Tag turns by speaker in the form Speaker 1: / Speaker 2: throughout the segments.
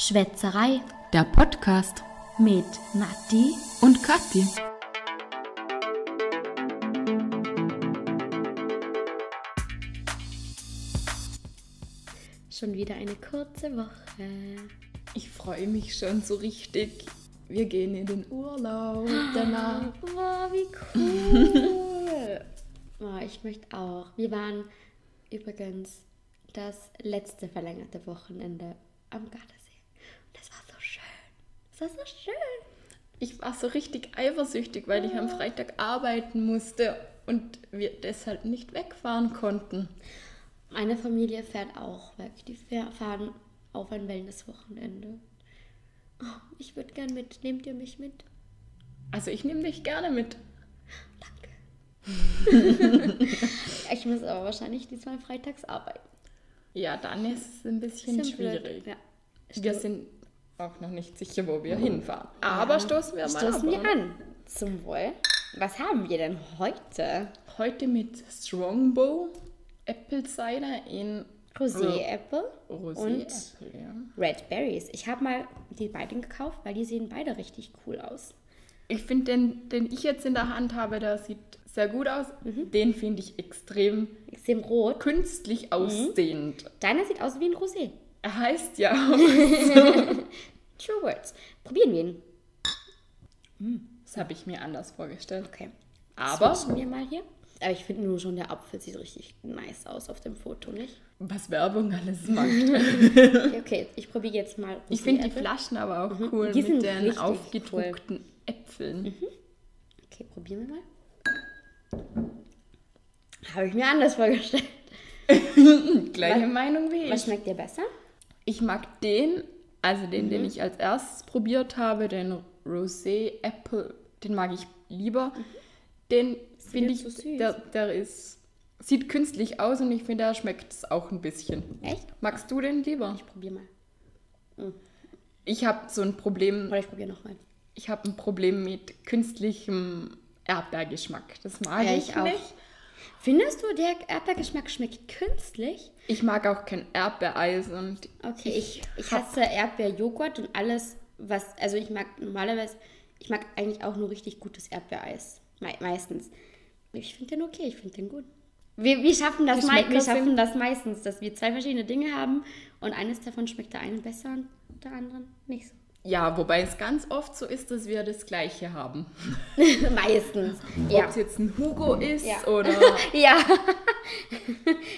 Speaker 1: Schwätzerei
Speaker 2: Der Podcast
Speaker 1: mit Nati.
Speaker 2: und Kathi.
Speaker 1: Schon wieder eine kurze Woche.
Speaker 2: Ich freue mich schon so richtig. Wir gehen in den Urlaub danach.
Speaker 1: Wow, wie cool. oh, ich möchte auch. Wir waren übrigens das letzte verlängerte Wochenende am Gardasee. Und das war so schön. Das war so schön.
Speaker 2: Ich war so richtig eifersüchtig, weil ich am Freitag arbeiten musste und wir deshalb nicht wegfahren konnten.
Speaker 1: Meine Familie fährt auch weg. Die fähr- fahren auf ein Wellnesswochenende. Oh, ich würde gern mit. Nehmt ihr mich mit?
Speaker 2: Also ich nehme dich gerne mit.
Speaker 1: Danke. ich muss aber wahrscheinlich diesmal freitags arbeiten.
Speaker 2: Ja, dann ist es ein bisschen
Speaker 1: Bisschen blöd.
Speaker 2: schwierig.
Speaker 1: Ja.
Speaker 2: Wir sind auch noch nicht sicher, wo wir hinfahren. Aber stoßen wir mal
Speaker 1: Stoßen
Speaker 2: ab
Speaker 1: wir
Speaker 2: an.
Speaker 1: an. Zum Wohl. Was haben wir denn heute?
Speaker 2: Heute mit Strongbow, Apple Cider in
Speaker 1: Rosé Apple
Speaker 2: Also, Rosé
Speaker 1: und
Speaker 2: Apple, ja.
Speaker 1: Red Berries. Ich habe mal die beiden gekauft, weil die sehen beide richtig cool aus.
Speaker 2: Ich finde den, den ich jetzt in der Hand habe, der sieht sehr gut aus.
Speaker 1: Mhm.
Speaker 2: Den finde ich extrem
Speaker 1: Extrem rot. Mhm.
Speaker 2: künstlich ausstehend.
Speaker 1: Deiner sieht aus wie ein Rosé.
Speaker 2: Er heißt ja auch.
Speaker 1: True Words. Probieren wir ihn.
Speaker 2: Das habe ich mir anders vorgestellt.
Speaker 1: Okay.
Speaker 2: Aber
Speaker 1: Switchen wir mal hier. Aber ich finde nur schon, der Apfel sieht richtig nice aus auf dem Foto, nicht?
Speaker 2: was Werbung alles
Speaker 1: Mhm.
Speaker 2: macht.
Speaker 1: Okay, ich probiere jetzt mal.
Speaker 2: Ich finde die
Speaker 1: Apple.
Speaker 2: Flaschen aber auch cool
Speaker 1: Mhm. Die sind
Speaker 2: mit den
Speaker 1: richtig Mhm.
Speaker 2: aufgedruckten Äpfeln.
Speaker 1: Okay, probieren wir mal. Habe ich mir anders vorgestellt.
Speaker 2: Gleiche
Speaker 1: Was-
Speaker 2: Meinung wie
Speaker 1: Was
Speaker 2: ich.
Speaker 1: schmeckt dir besser?
Speaker 2: Ich mag den, also den,
Speaker 1: Mhm.
Speaker 2: den ich als erstes probiert habe, den Rosé Apple, den mag ich lieber.
Speaker 1: Mhm.
Speaker 2: Den finde
Speaker 1: jetzt
Speaker 2: ich,
Speaker 1: so süß.
Speaker 2: der, der ist, sieht künstlich aus und ich finde, da schmeckt es auch ein bisschen.
Speaker 1: Echt?
Speaker 2: Magst du den lieber?
Speaker 1: Ich probiere mal.
Speaker 2: Ich habe so ein Problem,
Speaker 1: Oder ich probiere nochmal.
Speaker 2: ich habe ein Problem mit künstlichem Erdbeergeschmack. Das mag
Speaker 1: Ja,
Speaker 2: ich,
Speaker 1: ich auch.
Speaker 2: nicht.
Speaker 1: Findest du, der Erdbeergeschmack schmeckt künstlich?
Speaker 2: Ich mag auch kein Erdbeereis und
Speaker 1: Okay, ich, ich hasse Erdbeerjoghurt und alles, was. Also, ich mag normalerweise. Ich mag eigentlich auch nur richtig gutes Erdbeereis. Me meistens. Ich finde den okay, ich finde den gut. Wir, wir, schaffen, das mei
Speaker 2: Geschmäcker
Speaker 1: wir
Speaker 2: sind-
Speaker 1: schaffen das meistens, dass wir zwei verschiedene Dinge haben und eines davon schmeckt der einen besser und der anderen nicht so.
Speaker 2: ja, wobei es ganz oft so ist, dass wir das Gleiche haben.
Speaker 1: Meistens.
Speaker 2: Ob
Speaker 1: Ja.
Speaker 2: es jetzt ein Hugo ist
Speaker 1: Ja.
Speaker 2: oder
Speaker 1: Ja.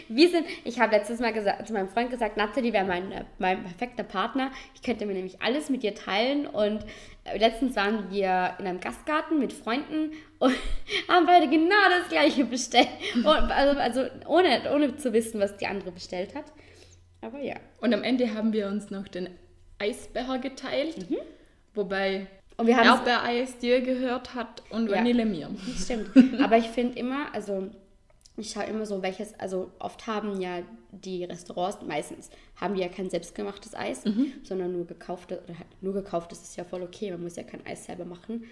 Speaker 1: Wir sind, ich habe letztes Mal gesagt, zu meinem Freund gesagt, Natalie wäre mein, äh, mein perfekter Partner. Ich könnte mir nämlich alles mit dir teilen. Und äh, letztens waren wir in einem Gastgarten mit Freunden und haben beide genau das gleiche bestellt. Und, also also ohne, ohne zu wissen, was die andere bestellt hat. Aber ja.
Speaker 2: Und am Ende haben wir uns noch den Eisbecher geteilt, wobei
Speaker 1: Und wir haben
Speaker 2: Erdbeereis dir gehört hat und
Speaker 1: Ja.
Speaker 2: Vanille mir.
Speaker 1: Das Stimmt. Aber ich finde immer, also ich schaue immer so, welches, also oft haben ja die Restaurants, meistens haben die ja kein selbstgemachtes Eis, sondern nur gekauftes, oder halt nur gekauftes ist ja voll okay, man muss ja kein Eis selber machen.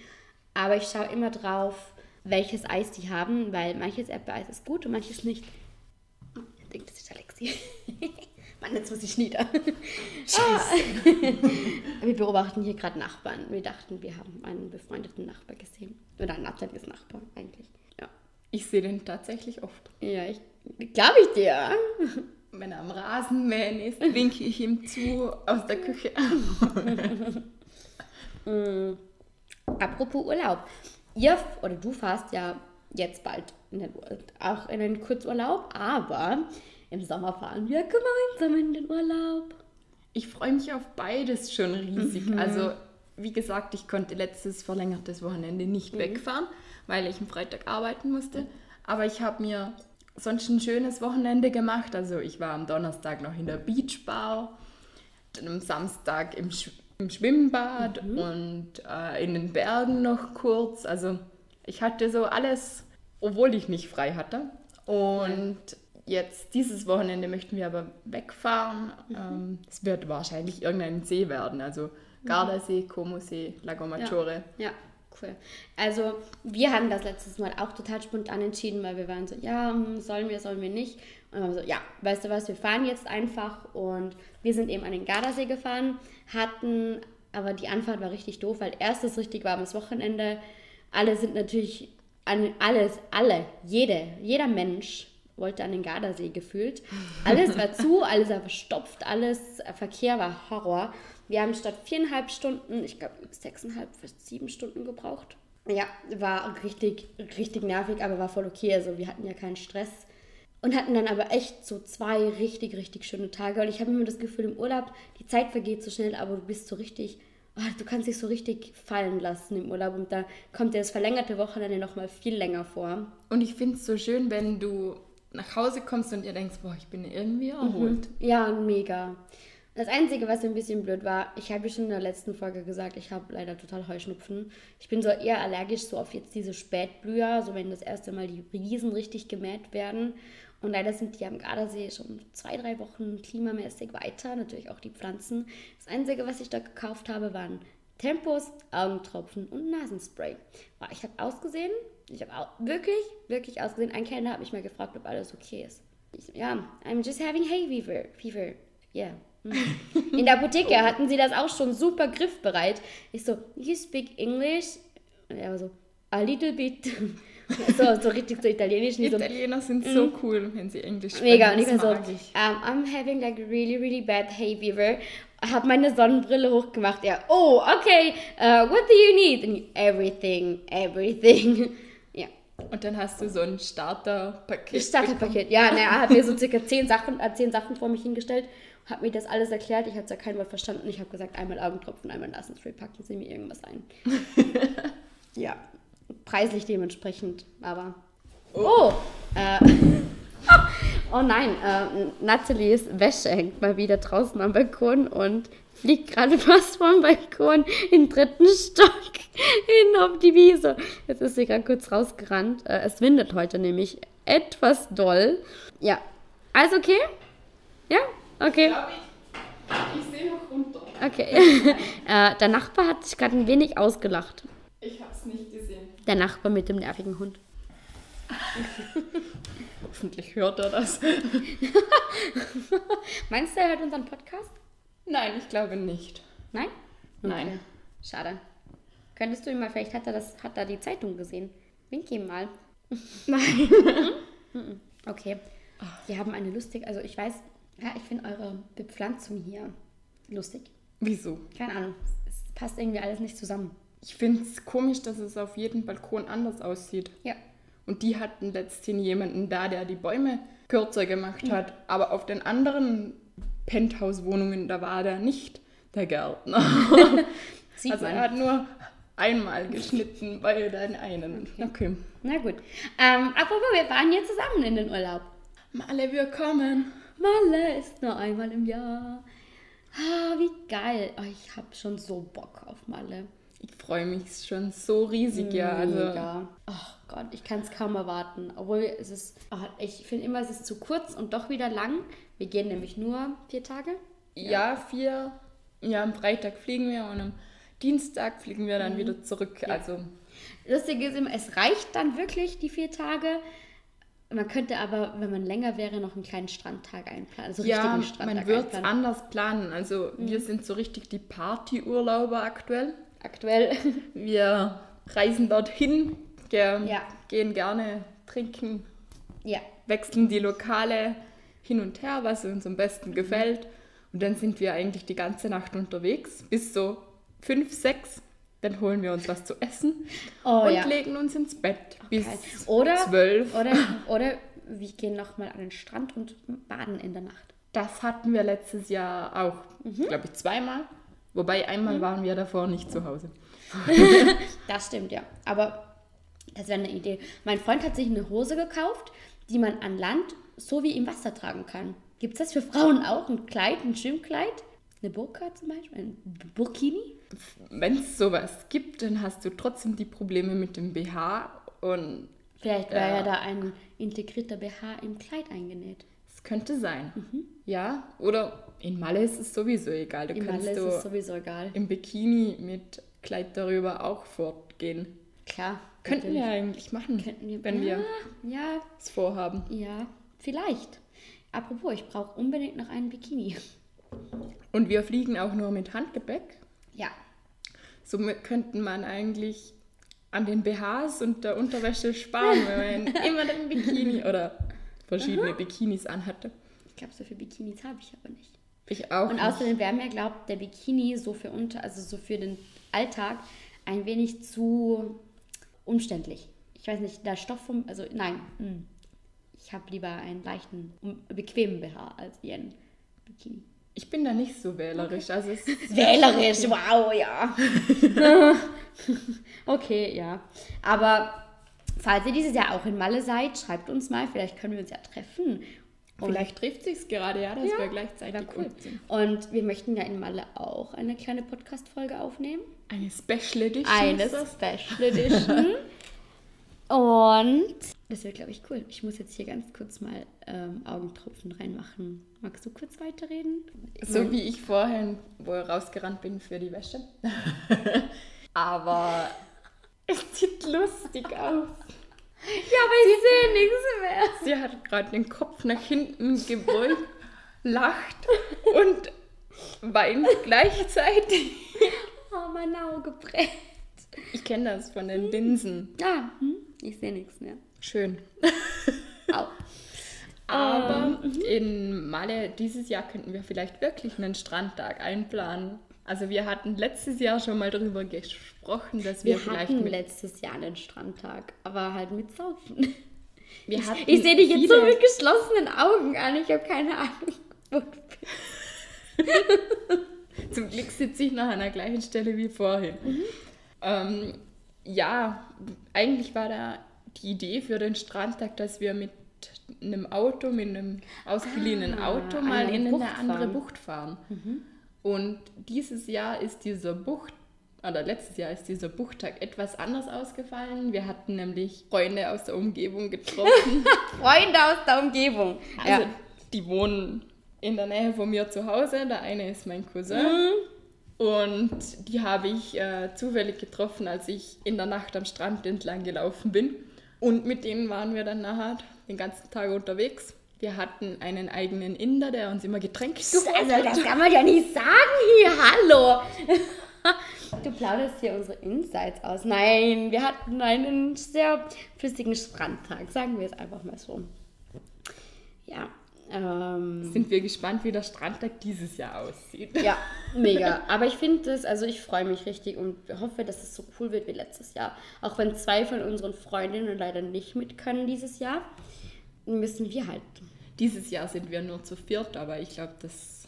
Speaker 1: Aber ich schaue immer drauf, welches Eis die haben, weil manches Erdbeereis ist gut und manches nicht. Oh, ich denke, das ist Alexi. Mann, jetzt muss ich nieder. Wir beobachten hier gerade Nachbarn. Wir dachten, wir haben einen befreundeten Nachbar gesehen. Oder ein Natalies Nachbar eigentlich. Ja,
Speaker 2: Ich sehe den tatsächlich oft.
Speaker 1: ja ich glaube ich dir.
Speaker 2: Wenn er am Rasenmähen ist, winke ich ihm zu aus der Küche.
Speaker 1: Apropos Urlaub. Ihr f- oder du fahrst ja jetzt bald in den, Ur- auch in den Kurzurlaub, aber im Sommer fahren wir gemeinsam in den Urlaub.
Speaker 2: Ich freue mich auf beides schon riesig. Also, wie gesagt, ich konnte letztes verlängertes Wochenende nicht wegfahren, weil ich am Freitag arbeiten musste. Aber ich habe mir sonst ein schönes Wochenende gemacht. Also, ich war am Donnerstag noch in der Beachbar, dann am Samstag im, Sch im Schwimmbad
Speaker 1: Mhm.
Speaker 2: und äh, in den Bergen noch kurz. Also, ich hatte so alles, obwohl ich nicht frei hatte. Und jetzt dieses Wochenende möchten wir aber wegfahren.
Speaker 1: Mhm.
Speaker 2: Ähm, es
Speaker 1: Mhm.
Speaker 2: wird wahrscheinlich irgendein See werden, also Gardasee, Como See, Lago Maggiore.
Speaker 1: Ja, Cool. Also wir haben das letztes Mal auch total spontan entschieden, weil wir waren so, ja, hm, sollen wir, sollen wir nicht. Und dann haben wir so, ja, weißt du was, wir fahren jetzt einfach. Und wir sind eben an den Gardasee gefahren, hatten, aber die Anfahrt war richtig doof, weil erstes richtig warmes Wochenende. Alle sind natürlich, an, alles, alle, jede, jeder Mensch wollte an den Gardasee gefühlt. Alles war zu, alles war verstopft, alles, äh, Verkehr war Horror. Wir haben statt viereinhalb Stunden, ich glaube sechseinhalb, fast sieben Stunden gebraucht. Ja, war richtig, richtig nervig, aber war voll okay. Also wir hatten ja keinen Stress und hatten dann aber echt so zwei richtig, richtig schöne Tage. Und ich habe immer das Gefühl im Urlaub, die Zeit vergeht so schnell, aber du bist so richtig, ah, du kannst dich so richtig fallen lassen im Urlaub. Und da kommt dir das verlängerte Wochenende nochmal viel länger vor.
Speaker 2: Und ich finde es so schön, wenn du nach Hause kommst und ihr denkst, boah, ich bin irgendwie erholt.
Speaker 1: Mhm. Ja, mega. Das Einzige, was ein bisschen blöd war, ich habe ja schon in der letzten Folge gesagt, ich habe leider total Heuschnupfen. Ich bin so eher allergisch so auf jetzt diese Spätblüher, so wenn das erste Mal die Riesen richtig gemäht werden. Und leider sind die am Gardasee schon zwei, drei Wochen klimamäßig weiter, natürlich auch die Pflanzen. Das Einzige, was ich da gekauft habe, waren Tempos, Augentropfen und Nasenspray. Boah, Ich habe ausgesehen, ich habe au- wirklich, wirklich ausgesehen. Ein Kellner hat mich mal gefragt, ob alles okay ist. Ich so, ja, I'm just having hay fever. Fever, yeah. Mhm. In der
Speaker 2: Oh.
Speaker 1: Apotheke hatten sie das auch schon super griffbereit. Ich so, you speak English? Und er war so, a little bit. So, so richtig so italienisch.
Speaker 2: Die
Speaker 1: nicht so,
Speaker 2: Italiener sind so cool, wenn sie Englisch sprechen.
Speaker 1: Mhm. Mega, und ich
Speaker 2: das
Speaker 1: war so,
Speaker 2: mag ich.
Speaker 1: um, I'm having like really, really bad hay fever. Hab meine Sonnenbrille hochgemacht. Ja, oh, okay, uh, what do you need? And he, everything, everything. ja,
Speaker 2: Und dann hast du so ein Starterpaket.
Speaker 1: ich Starterpaket. Ja, ne, er hat mir so circa zehn Sachen, äh, zehn Sachen vor mich hingestellt, hat mir das alles erklärt. Ich habe ja kein Wort verstanden. Ich habe gesagt, einmal Augentropfen, einmal Nasenspray, packen Sie mir irgendwas ein. ja, preislich dementsprechend, aber. Oh! Äh, oh nein, äh, Nathalies Wäsche hängt mal wieder draußen am Balkon und fliegt gerade fast vom Balkon im dritten Stock hin auf die Wiese. Jetzt ist sie gerade kurz rausgerannt. Äh, es windet heute nämlich etwas doll. Ja, alles okay? Ja? Okay.
Speaker 2: Ich sehe noch runter.
Speaker 1: Okay. äh, der Nachbar hat sich gerade ein wenig ausgelacht.
Speaker 2: Ich hab's nicht gesehen.
Speaker 1: Der Nachbar mit dem nervigen Hund.
Speaker 2: Hoffentlich hört er das.
Speaker 1: Meinst du, er hört unseren Podcast?
Speaker 2: Nein, ich glaube nicht.
Speaker 1: Nein?
Speaker 2: Nein.
Speaker 1: Schade. Könntest du ihm mal, vielleicht hat er das, hat er die Zeitung gesehen. Wink ihm mal. Nein. okay. Wir haben eine lustig, also ich weiß, ja, ich finde eure Bepflanzung hier lustig.
Speaker 2: Wieso?
Speaker 1: Keine Ahnung. Es passt irgendwie alles nicht zusammen.
Speaker 2: Ich find's komisch, dass es auf jedem Balkon anders aussieht.
Speaker 1: Ja.
Speaker 2: Und die hatten letztens jemanden da, der die Bäume kürzer gemacht hat. Aber auf den anderen Penthouse-Wohnungen, da war der nicht der Gärtner.
Speaker 1: Sieht
Speaker 2: also
Speaker 1: man.
Speaker 2: er hat nur einmal geschnitten bei den einen. Okay.
Speaker 1: Na gut. Ähm, apropos, wir fahren hier zusammen in den Urlaub.
Speaker 2: Alle willkommen.
Speaker 1: Malle ist nur einmal im Jahr. Ah, wie geil. Oh, ich habe schon so Bock auf Malle.
Speaker 2: Ich freue mich schon so riesig, ja. Also,
Speaker 1: Mega. Ach Gott, ich kann es kaum erwarten. Obwohl es ist, ah, ich finde immer, es ist zu kurz und doch wieder lang. Wir gehen nämlich nur vier Tage.
Speaker 2: ja, vier. Ja, am Freitag fliegen wir und am Dienstag fliegen wir
Speaker 1: Mhm.
Speaker 2: dann wieder zurück. Also,
Speaker 1: Lustig ist immer, es reicht dann wirklich die vier Tage. Man könnte aber, wenn man länger wäre, noch einen kleinen Strandtag einplanen. Also
Speaker 2: ja,
Speaker 1: richtigen Strandtag
Speaker 2: man wird
Speaker 1: einplanen.
Speaker 2: anders planen. Also,
Speaker 1: Mhm.
Speaker 2: wir sind so richtig die Partyurlauber aktuell.
Speaker 1: Aktuell.
Speaker 2: Wir reisen dorthin, ge
Speaker 1: Ja.
Speaker 2: gehen gerne trinken,
Speaker 1: ja.
Speaker 2: wechseln die Lokale hin und her, was uns am
Speaker 1: Mhm.
Speaker 2: besten gefällt. Und dann sind wir eigentlich die ganze Nacht unterwegs, bis so fünf, sechs. Dann holen wir uns was zu essen
Speaker 1: Oh
Speaker 2: und
Speaker 1: ja.
Speaker 2: legen uns ins Bett bis
Speaker 1: Geil. Oder,
Speaker 2: zwölf.
Speaker 1: oder, oder wir gehen nochmal an den Strand und baden in der Nacht.
Speaker 2: Das hatten wir letztes Jahr auch,
Speaker 1: Mhm.
Speaker 2: glaube ich, zweimal. Wobei einmal waren wir davor nicht zu Hause.
Speaker 1: Das stimmt, ja. Aber das wäre eine Idee. Mein Freund hat sich eine Hose gekauft, die man an Land so wie im Wasser tragen kann. Gibt es das für Frauen auch? Ein Kleid, ein Schwimmkleid? Eine Burka zum Beispiel? Ein Burkini?
Speaker 2: Wenn es sowas gibt, dann hast du trotzdem die Probleme mit dem BH und
Speaker 1: Vielleicht wäre ja.
Speaker 2: Ja.
Speaker 1: da ein integrierter BH im Kleid eingenäht.
Speaker 2: Es Das könnte sein.
Speaker 1: Mhm.
Speaker 2: Ja, oder in Malle ist es sowieso egal. Da
Speaker 1: In
Speaker 2: kannst
Speaker 1: Malle ist
Speaker 2: du
Speaker 1: es sowieso egal.
Speaker 2: im Bikini mit Kleid darüber auch fortgehen.
Speaker 1: Klar.
Speaker 2: Könnten wir
Speaker 1: natürlich.
Speaker 2: eigentlich machen,
Speaker 1: Könnten wir-
Speaker 2: wenn
Speaker 1: ja,
Speaker 2: wir
Speaker 1: Ja,
Speaker 2: es vorhaben.
Speaker 1: ja, vielleicht. Apropos, ich brauche unbedingt noch einen Bikini.
Speaker 2: Und wir fliegen auch nur mit Handgepäck.
Speaker 1: Ja.
Speaker 2: So könnten man eigentlich an den BHs und der Unterwäsche sparen, wenn man immer den Bikini oder verschiedene Bikinis anhatte.
Speaker 1: Ich glaube, so viele Bikinis habe ich aber nicht.
Speaker 2: Ich auch.
Speaker 1: Und
Speaker 2: nicht.
Speaker 1: außerdem wäre mir glaubt, der Bikini so für unter, also so für den Alltag ein wenig zu umständlich. Ich weiß nicht, der Stoff vom, also nein, hm. ich habe lieber einen leichten, um- bequemen BH als ihren Bikini.
Speaker 2: ich bin da nicht so wählerisch. Also es
Speaker 1: Wählerisch, wow, ja. okay, ja. Aber falls ihr dieses Jahr auch in Malle seid, schreibt uns mal, vielleicht können wir uns ja treffen. Und
Speaker 2: Vielleicht trifft sich's gerade, ja, das
Speaker 1: Ja,
Speaker 2: wäre gleichzeitig
Speaker 1: Wäre cool.
Speaker 2: cool.
Speaker 1: Und wir möchten ja in Malle auch eine kleine Podcast-Folge aufnehmen.
Speaker 2: Eine Special Edition.
Speaker 1: Eine
Speaker 2: ist das?
Speaker 1: Special Edition. Und das wird, glaube ich, cool. Ich muss jetzt hier ganz kurz mal ähm, Augentropfen reinmachen. Magst du kurz weiterreden?
Speaker 2: So wie ich vorhin wohl rausgerannt bin für die Wäsche. Aber es sieht lustig aus.
Speaker 1: Ja, aber ich sehe nichts mehr.
Speaker 2: Sie hat gerade den Kopf nach hinten gebeugt, lacht und weint gleichzeitig.
Speaker 1: Oh, mein Auge brennt.
Speaker 2: Ich kenne das von den Linsen.
Speaker 1: Ah, hm? ich sehe nichts mehr.
Speaker 2: Schön.
Speaker 1: Au. Ah, Ähm,
Speaker 2: Aber in Malle dieses Jahr könnten wir vielleicht wirklich einen Strandtag einplanen. Also wir hatten letztes Jahr schon mal darüber gesprochen, dass wir,
Speaker 1: Wir
Speaker 2: vielleicht
Speaker 1: hatten
Speaker 2: mit
Speaker 1: letztes Jahr einen Strandtag, aber halt mit Saufen.
Speaker 2: wir
Speaker 1: Ich,
Speaker 2: hatten
Speaker 1: ich sehe dich jetzt so
Speaker 2: viele-
Speaker 1: mit geschlossenen Augen an. Ich habe keine Ahnung, wo du bist.
Speaker 2: Zum Glück sitze ich noch an der gleichen Stelle wie vorhin. Ähm, ja, eigentlich war da die Idee für den Strandtag, dass wir mit einem Auto, mit einem ausgeliehenen
Speaker 1: Ah,
Speaker 2: Auto mal
Speaker 1: eine
Speaker 2: in
Speaker 1: Bucht
Speaker 2: eine andere
Speaker 1: fahren. Mhm.
Speaker 2: Bucht fahren. Und dieses Jahr ist dieser Bucht, oder letztes Jahr ist dieser Buchttag etwas anders ausgefallen. Wir hatten nämlich Freunde aus der Umgebung getroffen.
Speaker 1: Freunde aus der Umgebung.
Speaker 2: Also, die wohnen in der Nähe von mir zu Hause. Der eine ist mein
Speaker 1: Mhm.
Speaker 2: Cousin. Und die habe ich äh, zufällig getroffen, als ich in der Nacht am Strand entlang gelaufen bin. Und mit denen waren wir dann nachher den ganzen Tag unterwegs. Wir hatten einen eigenen Inder, der uns immer Getränke geholt
Speaker 1: Also,
Speaker 2: hat.
Speaker 1: das kann man ja nicht sagen hier. Hallo. Du plauderst hier unsere Insights aus. Nein, wir hatten einen sehr flüssigen Strandtag. Sagen wir es einfach mal so. Ja. Ähm,
Speaker 2: Sind wir gespannt, wie der Strandtag dieses Jahr aussieht.
Speaker 1: ja, mega. Aber ich finde es, also ich freue mich richtig und hoffe, dass es so cool wird wie letztes Jahr. Auch wenn zwei von unseren Freundinnen leider nicht mit können dieses Jahr, müssen wir halt.
Speaker 2: Dieses Jahr sind wir nur zu viert, aber ich glaube, das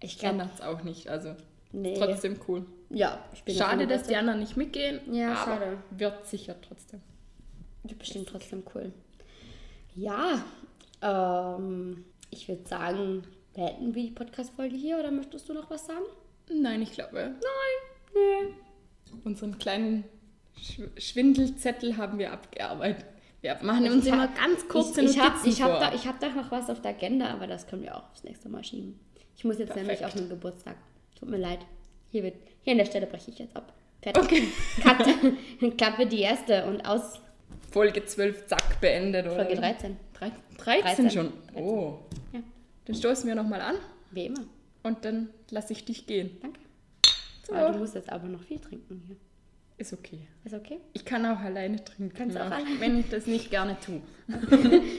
Speaker 1: Ich glaube,
Speaker 2: ändert es auch nicht. Also
Speaker 1: Nee.
Speaker 2: trotzdem cool.
Speaker 1: ja. Ich bin
Speaker 2: Schade,
Speaker 1: davon
Speaker 2: dass die
Speaker 1: überzeugt.
Speaker 2: anderen nicht mitgehen.
Speaker 1: Ja,
Speaker 2: aber
Speaker 1: schade.
Speaker 2: Wird sicher trotzdem.
Speaker 1: Wird bestimmt trotzdem cool. Ja, ähm, ich würde sagen, beenden wir die Podcast-Folge hier oder möchtest du noch was sagen?
Speaker 2: Nein, ich glaube,
Speaker 1: Nö.
Speaker 2: unseren kleinen Sch Schwindelzettel haben wir abgearbeitet. Wir machen uns immer ganz kurze
Speaker 1: ich, ich hab,
Speaker 2: Notizen
Speaker 1: ich hab
Speaker 2: vor.
Speaker 1: da, Ich habe da noch was auf der Agenda, aber das können wir auch aufs nächste Mal schieben. Ich muss jetzt nämlich auf
Speaker 2: Perfekt.
Speaker 1: den Geburtstag. Tut mir leid. Hier, wird, hier an der Stelle breche ich jetzt ab. Fertig. Cut. Klappe die erste und aus
Speaker 2: Folge 12, zack, beendet. oder?
Speaker 1: Folge 13.
Speaker 2: Drei- 13,
Speaker 1: 13.
Speaker 2: schon? Oh.
Speaker 1: Ja,
Speaker 2: Dann stoßen wir nochmal an
Speaker 1: wie immer.
Speaker 2: und dann lasse ich dich gehen.
Speaker 1: Danke.
Speaker 2: So.
Speaker 1: Aber du musst jetzt aber noch viel trinken hier.
Speaker 2: Ist okay.
Speaker 1: Ist okay?
Speaker 2: Ich kann auch alleine trinken,
Speaker 1: Kannst auch alleine.
Speaker 2: wenn ich das nicht gerne tue.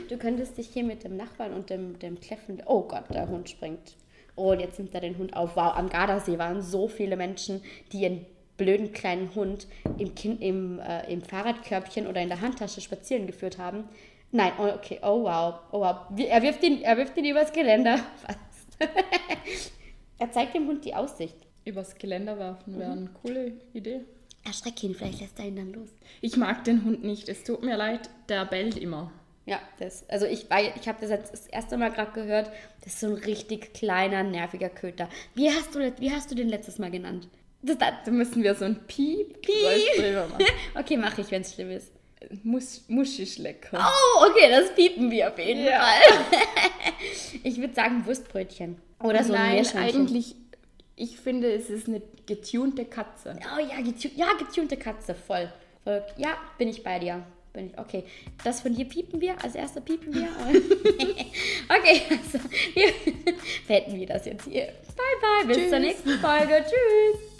Speaker 1: Du könntest dich hier mit dem Nachbarn und dem, dem Kläffen. Oh Gott, der Hund springt. Oh, und jetzt nimmt er den Hund auf. Wow, am Gardasee waren so viele Menschen, die ihren blöden kleinen Hund im, kind, im, äh, im Fahrradkörbchen oder in der Handtasche spazieren geführt haben. Nein, oh, okay, oh wow, oh wow. Wie- Er wirft ihn, er wirft ihn übers Geländer. Was? er zeigt dem Hund die Aussicht.
Speaker 2: Übers Geländer werfen
Speaker 1: Mhm.
Speaker 2: wäre eine coole Idee.
Speaker 1: Erschreck ihn, vielleicht lässt er ihn dann los.
Speaker 2: Ich mag den Hund nicht. Es tut mir leid, der bellt immer.
Speaker 1: Ja, das, also ich, wei- ich habe das jetzt das erste Mal gerade gehört. Das ist so ein richtig kleiner, nerviger Köter. Wie hast du, das- wie hast du den letztes Mal genannt? Das, das,
Speaker 2: Da müssen wir so ein Piep,
Speaker 1: Piep.
Speaker 2: drüber machen.
Speaker 1: okay, mache ich, wenn es schlimm ist.
Speaker 2: Mus Muschisch lecker.
Speaker 1: Oh, okay, das piepen wir auf jeden
Speaker 2: Ja.
Speaker 1: Fall. Ich würde sagen Wurstbrötchen. Oder so ein
Speaker 2: Nein,
Speaker 1: Meerschweinchen.
Speaker 2: eigentlich, ich finde, es ist eine getunte Katze.
Speaker 1: Oh ja, getu ja, getunte Katze, voll. voll. Ja, bin ich bei dir. Bin ich. Okay, das von hier piepen wir. Als erster piepen wir. okay, also, wir beenden wir das jetzt hier. Bye, bye. Bis zur
Speaker 2: Tschüss.
Speaker 1: nächsten Folge. Tschüss.